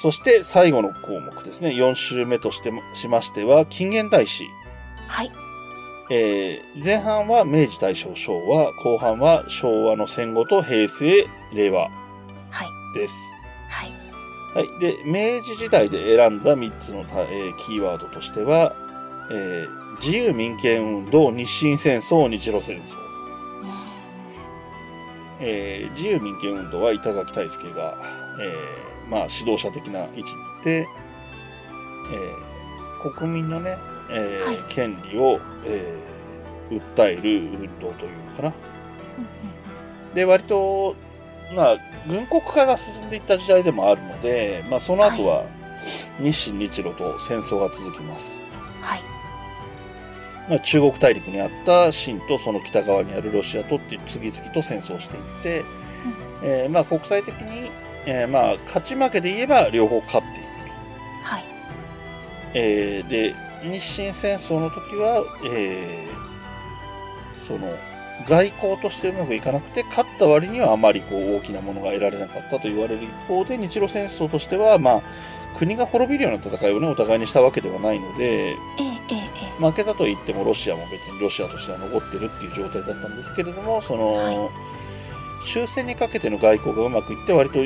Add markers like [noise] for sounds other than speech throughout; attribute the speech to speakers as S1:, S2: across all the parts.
S1: そして最後の項目ですね。4週目としてもしましては、近現代史。
S2: はい。
S1: えー前半は明治、大正、昭和、後半は昭和の戦後と平成、令和
S2: はい。
S1: です。
S2: はい。
S1: はい。で、明治時代で選んだ3つのた、えーキーワードとしては、えー自由民権運動、日清戦争、日露戦争。えー自由民権運動は板垣大輔が、えーまあ、指導者的な位置にいて、えー国民のね、えー
S2: はい
S1: 権利を、えー訴える運動というのかな。で、割と、まあ、軍国化が進んでいった時代でもあるので、まあ、その後は、日清日露と戦争が続きます。
S2: はい。
S1: まあ、中国大陸にあった清とその北側にあるロシアとって次々と戦争していって、えーまあ、国際的に、えーまあ、勝ち負けで言えば両方勝っている
S2: はい。
S1: と、えーで日清戦争の時は、えーその外交としてうまくいかなくて勝った割にはあまりこう大きなものが得られなかったと言われる一方で日露戦争としては、まあ、国が滅びるような戦いを、ね、お互いにしたわけではないので、
S2: えええええ
S1: 負けたと言ってもロシアも別にロシアとしては残ってるっていう状態だったんですけれどもその、
S2: はい
S1: 終戦にかけての外交がうまくいって割と、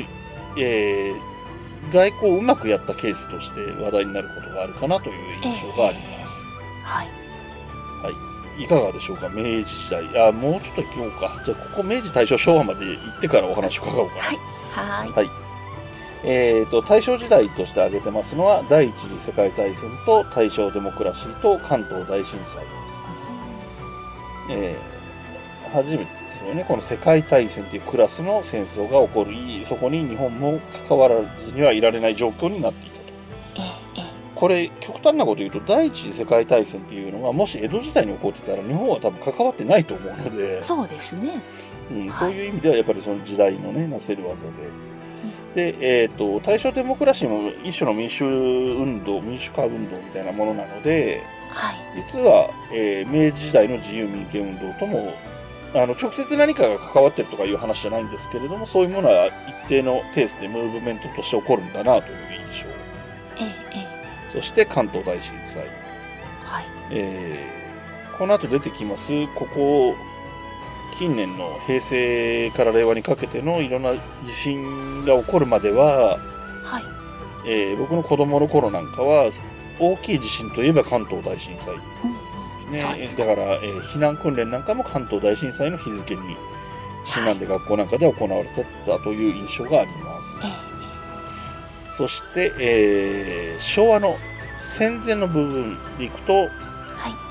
S1: えー外交をうまくやったケースとして話題になることがあるかなという印象があります。
S2: えはい。
S1: いかがでしょうか明治時代。あ、もうちょっと行こうか。じゃあ、ここ明治、大正、昭和まで行ってからお話伺おうかな。
S2: はい。はーい。
S1: えー、と大正時代として挙げてますのは第一次世界大戦と大正デモクラシーと関東大震災、えー初めてですよねこの世界大戦というクラスの戦争が起こりそこに日本も関わらずにはいられない状況になっていたと
S2: ええええ
S1: これ極端なこと言うと第一次世界大戦っていうのはもし江戸時代に起こってたら日本は多分関わってないと思うので
S2: そうですね。
S1: うん、
S2: はい
S1: そういう意味ではやっぱりその時代のねなせる技で。で、えっと大正デモクラシーも一種の民主運動民主化運動みたいなものなので
S2: はい。
S1: 実は、えー明治時代の自由民権運動ともあの直接何かが関わってるとかいう話じゃないんですけれどもそういうものは一定のペースでムーブメントとして起こるんだなという印象
S2: えええ
S1: そして関東大震災
S2: えはい。
S1: えーこの後出てきます、ここ、近年の平成から令和にかけてのいろんな地震が起こるまでは、
S2: はい。
S1: えー僕の子供の頃なんかは、大きい地震といえば関東大震災
S2: うんうん
S1: ね。
S2: そうです
S1: だから、えー避難訓練なんかも関東大震災の日付に、市なんで学校なんかで行われてたという印象があります。
S2: ええ
S1: そして、えー昭和の戦前の部分でいくと、
S2: は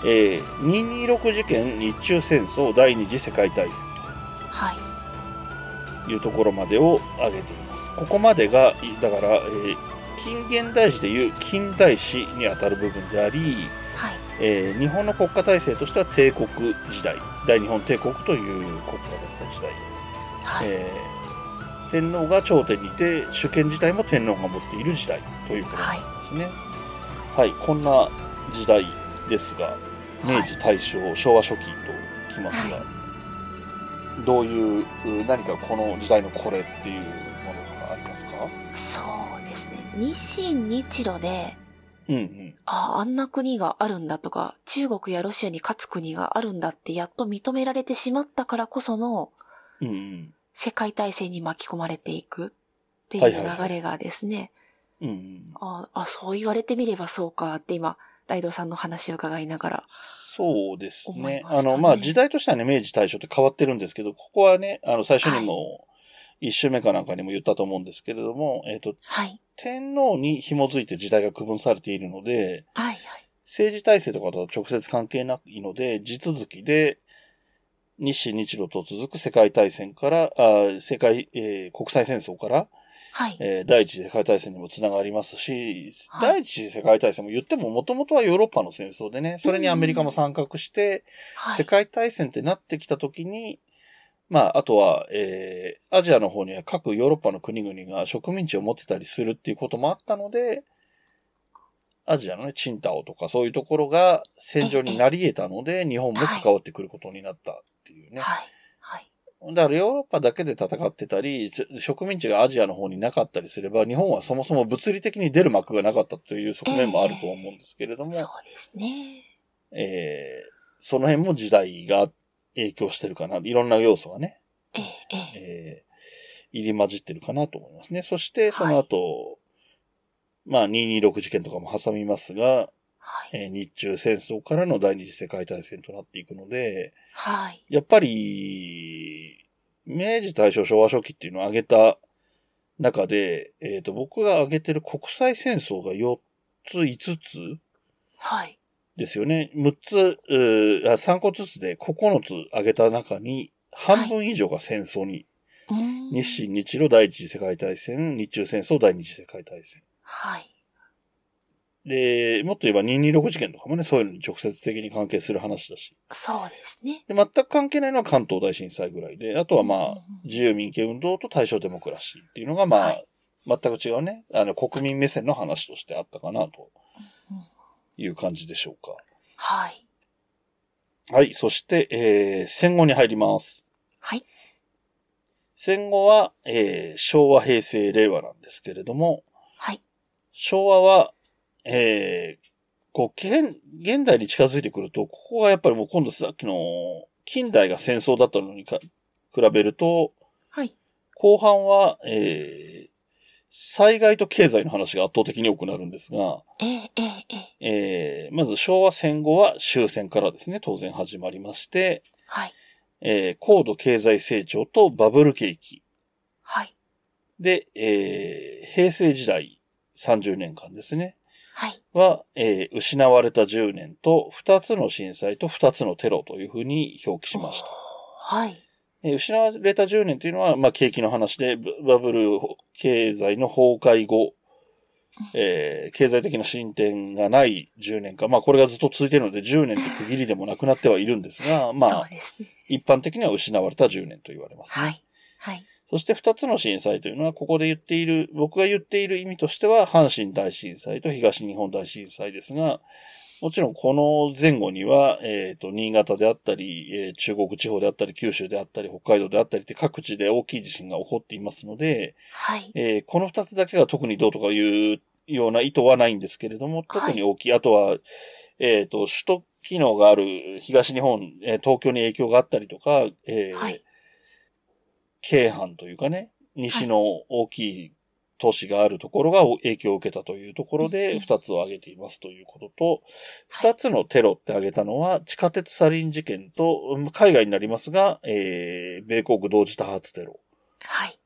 S2: い。
S1: えー226事件日中戦争第二次世界大戦
S2: はい。
S1: というところまでを挙げていますここまでがいだから、えー近現代史でいう近代史にあたる部分であり、
S2: はい。
S1: えー日本の国家体制としては帝国時代大日本帝国という国家だった時代、
S2: はい。
S1: えー天皇が頂点にいて主権自体も天皇が持っている時代ということになりますねはい、こんな時代ですが
S2: は
S1: 明
S2: い
S1: 治、大正、昭和初期ときますが、どういう、う何かこの時代のこれっていうものとかありますか
S2: そうですね。日清日露で、
S1: うんうん。
S2: ああ、あんな国があるんだとか、中国やロシアに勝つ国があるんだってやっと認められてしまったからこその
S1: うんうん。
S2: 世界大戦に巻き込まれていくってい
S1: は
S2: う
S1: いはいはい
S2: 流れがですね、
S1: うんうん、
S2: ああ、そう言われてみればそうかって今、ライドさんの話を伺いながら。
S1: そうです
S2: 思
S1: ね。
S2: いま
S1: あ
S2: したね
S1: の、まあ、時代としてはね、明治大正って変わってるんですけど、ここはね、あの、最初にも、一周目かなんかにも言ったと思うんですけれども、えっ、と、
S2: はい。
S1: 天皇に紐づいて時代が区分されているので、
S2: はいはい。
S1: 政治体制とかとは直接関係ないので、地続きで、日清日露と続く世界大戦から、あー世界、えー国際戦争から、
S2: はい。
S1: えー第一次世界大戦にもつながりますし、
S2: はい
S1: 第一次世界大戦も言ってももともとはヨーロッパの戦争でね、それにアメリカも参画して、
S2: は
S1: 世
S2: い。
S1: 界大戦ってなってきた時に、まあ、あとは、えーアジアの方には各ヨーロッパの国々が植民地を持ってたりするっていうこともあったので、アジアのね、チンタオとかそういうところが戦場になり得たので、日本も関わってくることになったっていうね、
S2: はい。はい。
S1: だからヨーロッパだけで戦ってたり、ちょ植民地がアジアの方になかったりすれば、日本はそもそも物理的に出る幕がなかったという側面もあると思うんですけれども、
S2: そうですね。
S1: えーその辺も時代が影響してるかな。いろんな要素がね、
S2: ええ、ええ。
S1: えー入り混じってるかなと思いますね。そして、その後、まあ、226事件とかも挟みますが、
S2: はい。
S1: えー日中戦争からの第二次世界大戦となっていくので、
S2: はい。
S1: やっぱり、明治大正昭和初期っていうのを挙げた中で、えっ、と、僕が挙げてる国際戦争が4つ、5つ
S2: はい。
S1: ですよね。6つ、うーあ3個ずつで9つ挙げた中に、半分以上が戦争に、
S2: うーん
S1: 日清日露第一次世界大戦、日中戦争第二次世界大戦。
S2: はい。
S1: で、もっと言えば226事件とかもね、そういうのに直接的に関係する話だし。
S2: そうですね。
S1: で全く関係ないのは関東大震災ぐらいで、あとはま
S2: うん
S1: あ、自由民権運動と大正デモクラシーっていうのがまあ、
S2: はい
S1: 全く違うね、あの、国民目線の話としてあったかな、という感じでしょう
S2: はい。
S1: か。はい、そして、えー、戦後に入ります。
S2: はい。
S1: 戦後は、えー、昭和、平成、令和なんですけれども、
S2: はい。
S1: 昭和は、えー、こう、現現代に近づいてくると、ここがやっぱりもう今度さっきの近代が戦争だったのにか比べると、
S2: はい。
S1: 後半は、えー、災害と経済の話が圧倒的に多くなるんですが、
S2: ええ、ええ、ええ。
S1: えー、まず昭和戦後は終戦からですね、当然始まりまして、
S2: はい。
S1: えー、高度経済成長とバブル景気
S2: はい。
S1: で、えー、平成時代30年間ですね、
S2: はい。
S1: は、えー失われた10年と2つの震災と2つのテロというふうに表記しました。
S2: はい。
S1: えー失われた10年というのは、まあ、景気の話で、ブバブル経済の崩壊後、えー経済的な進展がない10年間、まあ、これがずっと続いているので、10年って区切りでもなくなってはいるんですが、ま
S2: そ
S1: あ
S2: う、ですね。
S1: 一般的には失われた10年と言われますね。
S2: はい。はい。
S1: そして2つの震災というのは、ここで言っている、僕が言っている意味としては、阪神大震災と東日本大震災ですが、もちろんこの前後には、えっ、と、新潟であったり、えー中国地方であったり、九州であったり、北海道であったりって各地で大きい地震が起こっていますので、
S2: はい。
S1: えーこの2つだけが特にどうとかいうような意図はないんですけれども、
S2: はい
S1: 特に大きい。あとは、えっ、と、首都機能がある東日本、えー東京に影響があったりとか、えー
S2: はい。
S1: 京阪というかね、西の大きい都市があるところが影響を受けたというところ
S2: うん
S1: で、二つを挙げていますということと、
S2: はい
S1: 二つのテロって挙げたのは、地下鉄サリン事件と、うん海外になりますが、えー米国同時多発テロ。
S2: はい。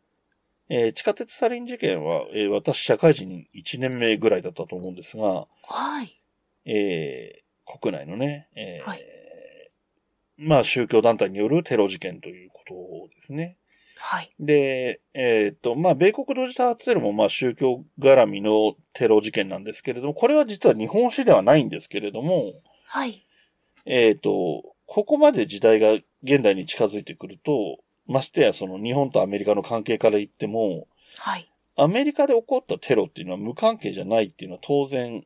S1: えー地下鉄サリン事件は、えー私、社会人1年目ぐらいだったと思うんですが、
S2: はい。
S1: えー国内のね、えー
S2: はい
S1: まあ、宗教団体によるテロ事件ということですね。
S2: はい。
S1: で、えっ、と、まあ、米国同時多発テロも、まあ、宗教絡みのテロ事件なんですけれども、これは実は日本史ではないんですけれども、
S2: はい。
S1: えっ、と、ここまで時代が現代に近づいてくると、ましてやその日本とアメリカの関係から言っても、
S2: はい。
S1: アメリカで起こったテロっていうのは無関係じゃないっていうのは当然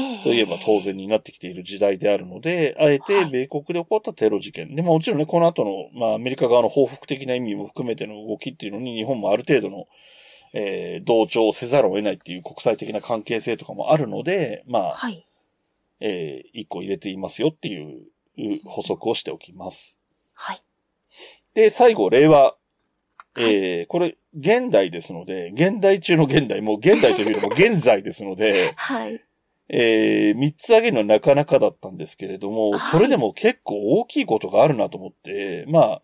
S2: ええ。
S1: といえば当。然になってきている時代であるので、あえて米国で起こったテロ事件。で、まあもちろんね、この後の、まあアメリカ側の報復的な意味も含めての動きっていうのに、日本もある程度の、えー同調をせざるを得ないっていう国際的な関係性とかもあるので、まあ、
S2: はい。
S1: えー一個入れていますよっていうう補足をしておきます。
S2: はい。
S1: で、最後、令和。えーこれ、現代ですので、現代中の現代、もう現代というよりも現在ですので、
S2: はい。
S1: えー、三つ挙げるのはなかなかだったんですけれども、
S2: はい
S1: それでも結構大きいことがあるなと思って、ま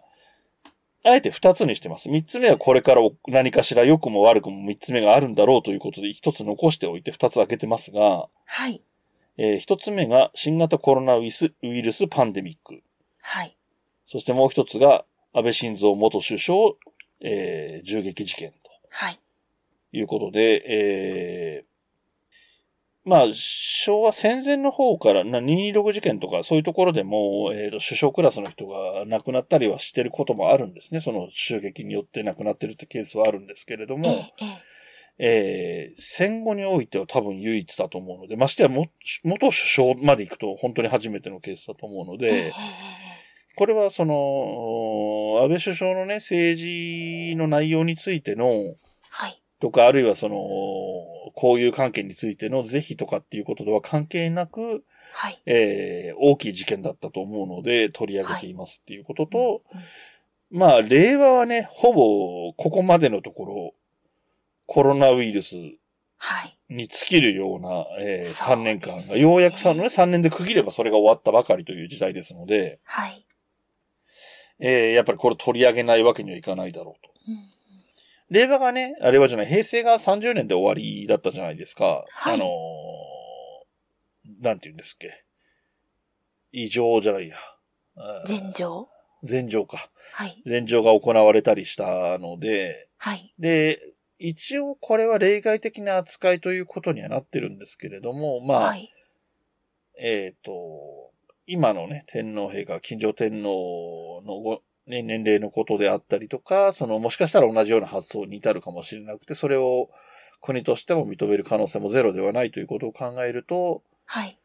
S1: あ、あえて二つにしてます。三つ目はこれから何かしら良くも悪くも三つ目があるんだろうということで一つ残しておいて二つ挙げてますが、
S2: はい。
S1: えー一つ目が新型コロナウイスウイルスパンデミック。
S2: はい。
S1: そしてもう一つが安倍晋三元首相、えー銃撃事件と。
S2: はい。
S1: ということで、えー、まあ、昭和戦前の方から、な226事件とか、そういうところでも、えーと、首相クラスの人が亡くなったりはしてることもあるんですね。その襲撃によって亡くなってるってケースはあるんですけれど
S2: え
S1: も、
S2: え。ええ。
S1: えー戦後においては多分唯一だと思うので、ましてやも、元首相まで行くと本当に初めてのケースだと思うの
S2: ええ。え
S1: で、
S2: え
S1: これはその、の、安倍首相のね、政治の内容についての、
S2: はい。
S1: とか、あるいはその、交友関係についての是非とかっていうこととは関係なく、
S2: はい。
S1: えー大きい事件だったと思うので取り上げていますっていうことと、
S2: うんうん
S1: まあ、令和はね、ほぼここまでのところ、コロナウイルス
S2: はい。
S1: に尽きるような、えー
S2: そう
S1: 3年間
S2: です
S1: が、
S2: ね
S1: ようやくそのね、3年で区切ればそれが終わったばかりという時代ですので、
S2: はい。
S1: えーやっぱりこれ取り上げないわけにはいかないだろうと。
S2: うん
S1: 令和がね、あれはじゃない、平成が30年で終わりだったじゃないですか。
S2: はい
S1: あのーなんて言うんですっけ。異常じゃないや。あー
S2: 全情
S1: 前場か。
S2: はい。
S1: 前場が行われたりしたので、
S2: はい。
S1: で、一応これは例外的な扱いということにはなってるんですけれども、まあ、
S2: はい。
S1: えっ、と、今のね、天皇陛下、近常天皇のご、ね、年齢のことであったりとか、その、もしかしたら同じような発想に至るかもしれなくて、それを国としても認める可能性もゼロではないということを考えると、
S2: はい。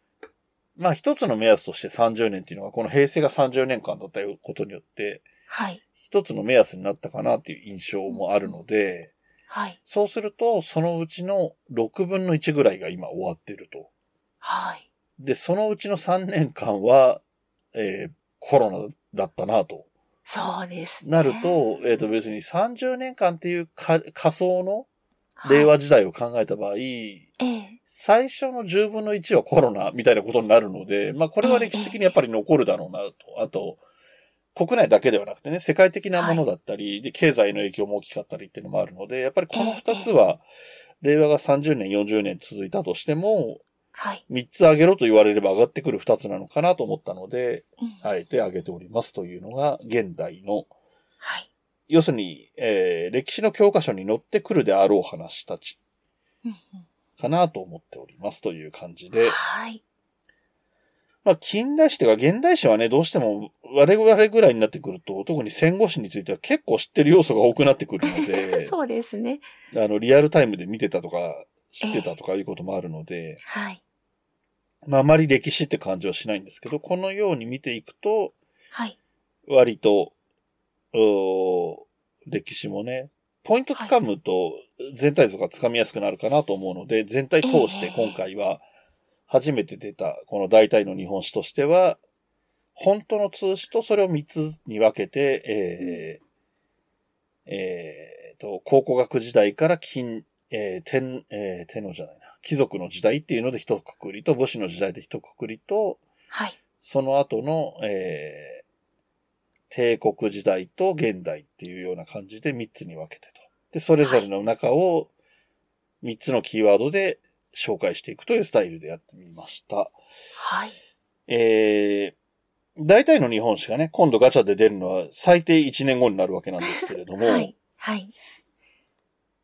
S1: まあ一つの目安として30年っていうのは、この平成が30年間だったことによって、
S2: はい。
S1: 一つの目安になったかなっていう印象もあるので、
S2: はい。
S1: そうすると、そのうちの6分の1ぐらいが今終わってると。
S2: はい。
S1: で、そのうちの3年間は、えーコロナだったなと。
S2: そうですね。
S1: なると、えっ、と別に30年間っていうか仮想の
S2: はい、
S1: 令和時代を考えた場合、
S2: ええ。
S1: 最初の10分の1はコロナみたいなことになるので、まあこれは歴史的にやっぱり残るだろうなと。あと、国内だけではなくてね、世界的なものだったり、で、経済の影響も大きかったりっていうのもあるので、やっぱりこの2つは、令和が30年、40年続いたとしても、
S2: はい。
S1: 三つ上げろと言われれば上がってくる二つなのかなと思ったので、
S2: うん
S1: あえて上げておりますというのが現代の、
S2: はい。
S1: 要するに、えー歴史の教科書に載ってくるであろう話たち
S2: うん
S1: かなと思っておりますという感じ
S2: うん
S1: で、
S2: はい。
S1: まあ近代史というか現代史はね、どうしても我々ぐらいになってくると、特に戦後史については結構知ってる要素が多くなってくるので、
S2: [laughs] そうですね。
S1: あの、リアルタイムで見てたとか、知ってたとかいうこともあるので、
S2: はい。
S1: まああまり歴史って感じはしないんですけど、このように見ていくと、
S2: はい。
S1: 割と、おー歴史もね、ポイント掴むと全体像が掴みやすくなるかなと思うので、全体通して今回は初めて出たこの大体の日本史としては、本当の通史とそれを3つに分けて、えーえーと、考古学時代から金、えー天、えー天皇じゃないな、貴族の時代っていうので一括りと、武士の時代で一括りと、
S2: はい。
S1: その後の、えー帝国時代と現代っていうような感じで3つに分けてと。で、それぞれの中を3つのキーワードで紹介していくというスタイルでやってみました。
S2: はい。
S1: えー、大体の日本史がね、今度ガチャで出るのは最低1年後になるわけなんですけれども、
S2: はい。はい。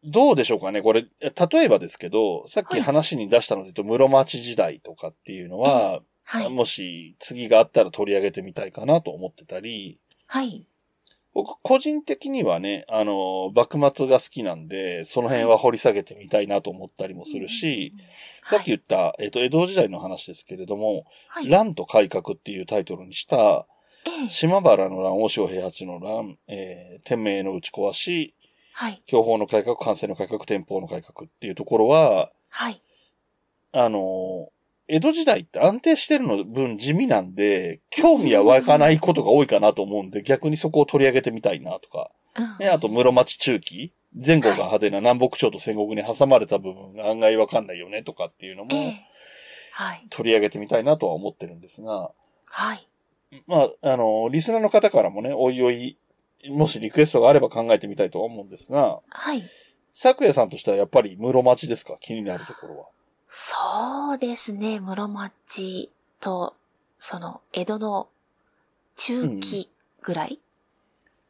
S1: どうでしょうかねこれ、例えばですけど、さっ
S2: は
S1: き
S2: い
S1: 話に出したので言うと、室町時代とかっていうのは、
S2: はい。
S1: もし次があったら取り上げてみたいかなと思ってたり、
S2: はい。
S1: 僕、個人的にはね、あの、幕末が好きなんで、その辺は掘り下げてみたいなと思ったりもするし、
S2: う
S1: さ
S2: ん、
S1: っき言った、えっと、江戸時代の話ですけれども、
S2: はい、はい、
S1: 乱と改革っていうタイトルにした、
S2: ええ
S1: 島原の乱、大塩平八の乱、えー天明の打ち壊し、
S2: はい。
S1: 享保の改革、関西の改革、天保の改革っていうところは、
S2: はい。
S1: あの、江戸時代って安定してるの分地味なんで、興味は湧かないことが多いかなと思うんで、逆にそこを取り上げてみたいなとか。
S2: うん
S1: ね、あと室町中期、前後が派手な南北朝と戦国に挟まれた部分が案外わかんないよねとかっていうのも
S2: ええはい。
S1: 取り上げてみたいなとは思ってるんですが、
S2: はい。
S1: まあ、あの、リスナーの方からもね、おいおい、もしリクエストがあれば考えてみたいとは思うんですが、
S2: はい。
S1: 昨夜さんとしてはやっぱり室町ですか気になるところは。
S2: そうですね。室町と、その、江戸の中期ぐらい、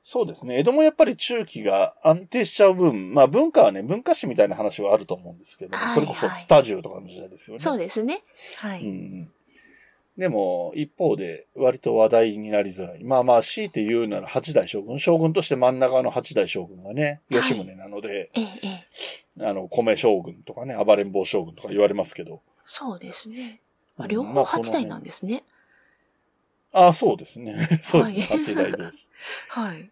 S1: そうですね。江戸もやっぱり中期が安定しちゃう分、まあ文化はね、文化史みたいな話はあると思うんですけど、それこそスタジオとかの時代ですよね。
S2: そうですね。はい。
S1: うんうんでも、一方で、割と話題になりづらい。まあまあ、強いて言うなら八代将軍。将軍として真ん中の八代将軍がね、
S2: はい
S1: 吉宗なので、
S2: ええええ
S1: あの、米将軍とかね、暴れん坊将軍とか言われますけど。
S2: そうですね。
S1: うん
S2: 両
S1: ま
S2: 方
S1: あその
S2: 八代なんですね。
S1: ああ、そうですね。そうですね。
S2: はい
S1: 八代同士。
S2: はい。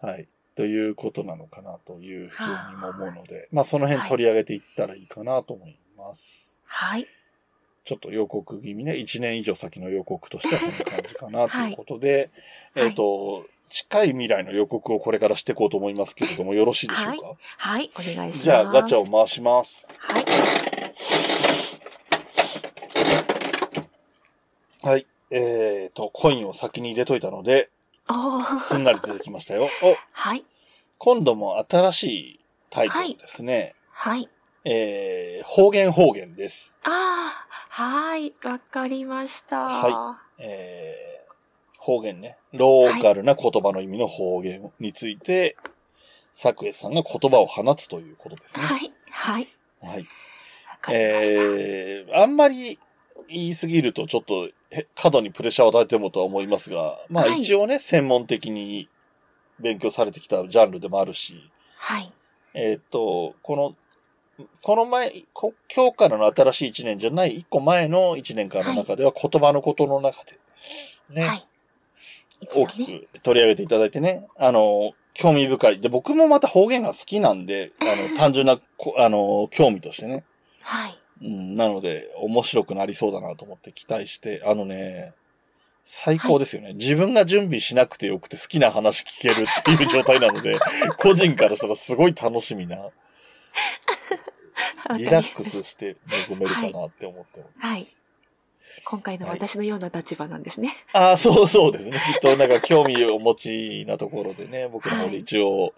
S1: はい。ということなのかなというふうにも思うので、まあその辺取り上げていったらいいかなと思います。
S2: はい。
S1: ちょっと予告気味ね、1年以上先の予告と
S2: [laughs]
S1: してはこんな感じかなということで、
S2: はい
S1: えっ、と、近い未来の予告をこれからしていこうと思いますけれども、よろしいでしょうか、
S2: はい。お願いします。
S1: じゃあガチャを回します。
S2: はい。
S1: はい。えっ、と、コインを先に入れといたので、
S2: お
S1: す
S2: ー。
S1: んなり出てきましたよ。お、
S2: はい。
S1: 今度も新しいタイトルですね。
S2: はい。
S1: えー、方言方言です。
S2: ああ、はい。わかりました。
S1: はえー方言ね。ローカルな言葉の意味の方言について、作江さんが言葉を放つということですね。
S2: はい。はい。
S1: はい。
S2: わかりました。
S1: えー、あんまり言いすぎるとちょっとへ過度にプレッシャーを与えてもとは思いますが、まあ
S2: はい
S1: 一応ね、専門的に勉強されてきたジャンルでもあるし、
S2: はい。
S1: えーっと、この、この前、こ今日からの新しい一年じゃない一個前の一年間の中では言葉のことの中で、ね、
S2: はい。いつ
S1: 大
S2: も
S1: き
S2: ね。
S1: く取り上げていただいてね、あの、興味深い。で、僕もまた方言が好きなんで、あ
S2: [laughs]
S1: の、単純なこ、あの、興味としてね。
S2: はい。
S1: うん、なので、面白くなりそうだなと思って期待して、あのね、最高ですよね。自分が準備しなくてよくて好きな話聞けるっていう状態なの
S2: [laughs]
S1: で、個人からしたらすごい楽しみな、リラックス
S2: わかりまし
S1: して臨めるかなって思ってます。
S2: た。はい。今回の私のような立場なんですね。
S1: ああ、そうそうですね。きっとなんか興味をお持ちなところでね、僕の方で一応、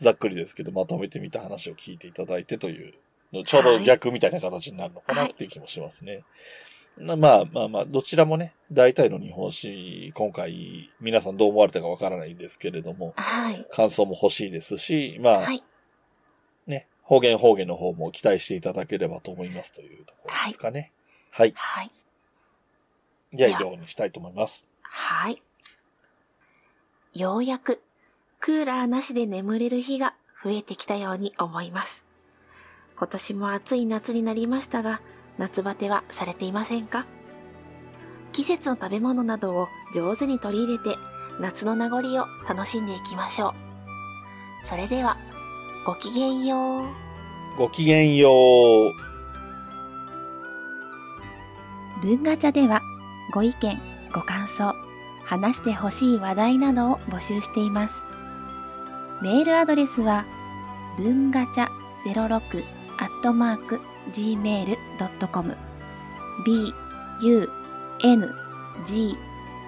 S1: ざっくりですけど、まとめてみた話を聞いていただいてというの、ちょうど逆みたいな形になるのかなっていう気もしますね。なまあまあまあ、どちらもね、大体の日本史、今回、皆さんどう思われたかわからないんですけれども、
S2: はい。
S1: 感想も欲しいですし、まあ
S2: はい。
S1: ね、方言方言の方も期待していただければと思いますというところですかね。はい。
S2: はい。
S1: じゃあ以上にしたいと思います。
S2: はい。ようやく、クーラーなしで眠れる日が増えてきたように思います。今年も暑い夏になりましたが、夏バテはされていませんか季節の食べ物などを上手に取り入れて、夏の名残を楽しんでいきましょう。それでは、ごきげんよう。
S1: ごきげんよう。
S3: 文ガチャではご意見、ご感想、話してほしい話題などを募集しています。メールアドレスは文ガチャ06アットマーク gmail.com b u n g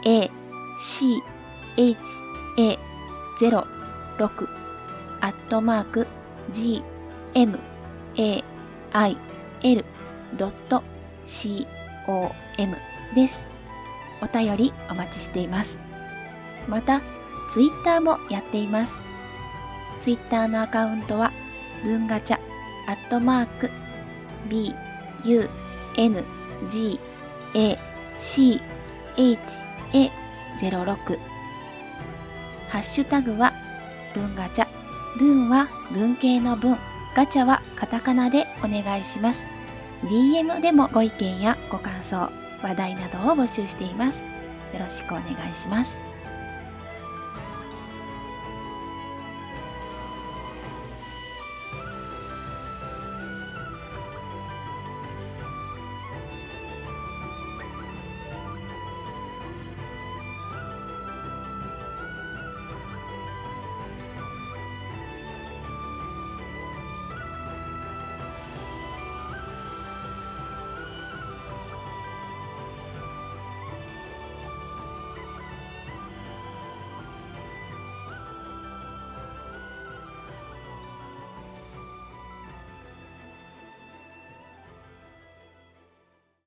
S3: a c h a 06アットマーク g m a i l.com OM です。お便りお待ちしています。また、ツイッターもやっています。ツイッターのアカウントは、文ガチャ、アットマーク、B、U、N、G、A、C、H、A、06。ハッシュタグは、文ガチャ。文は文系の文、ガチャはカタカナでお願いします。DM でもご意見やご感想、話題などを募集しています。よろしくお願いします。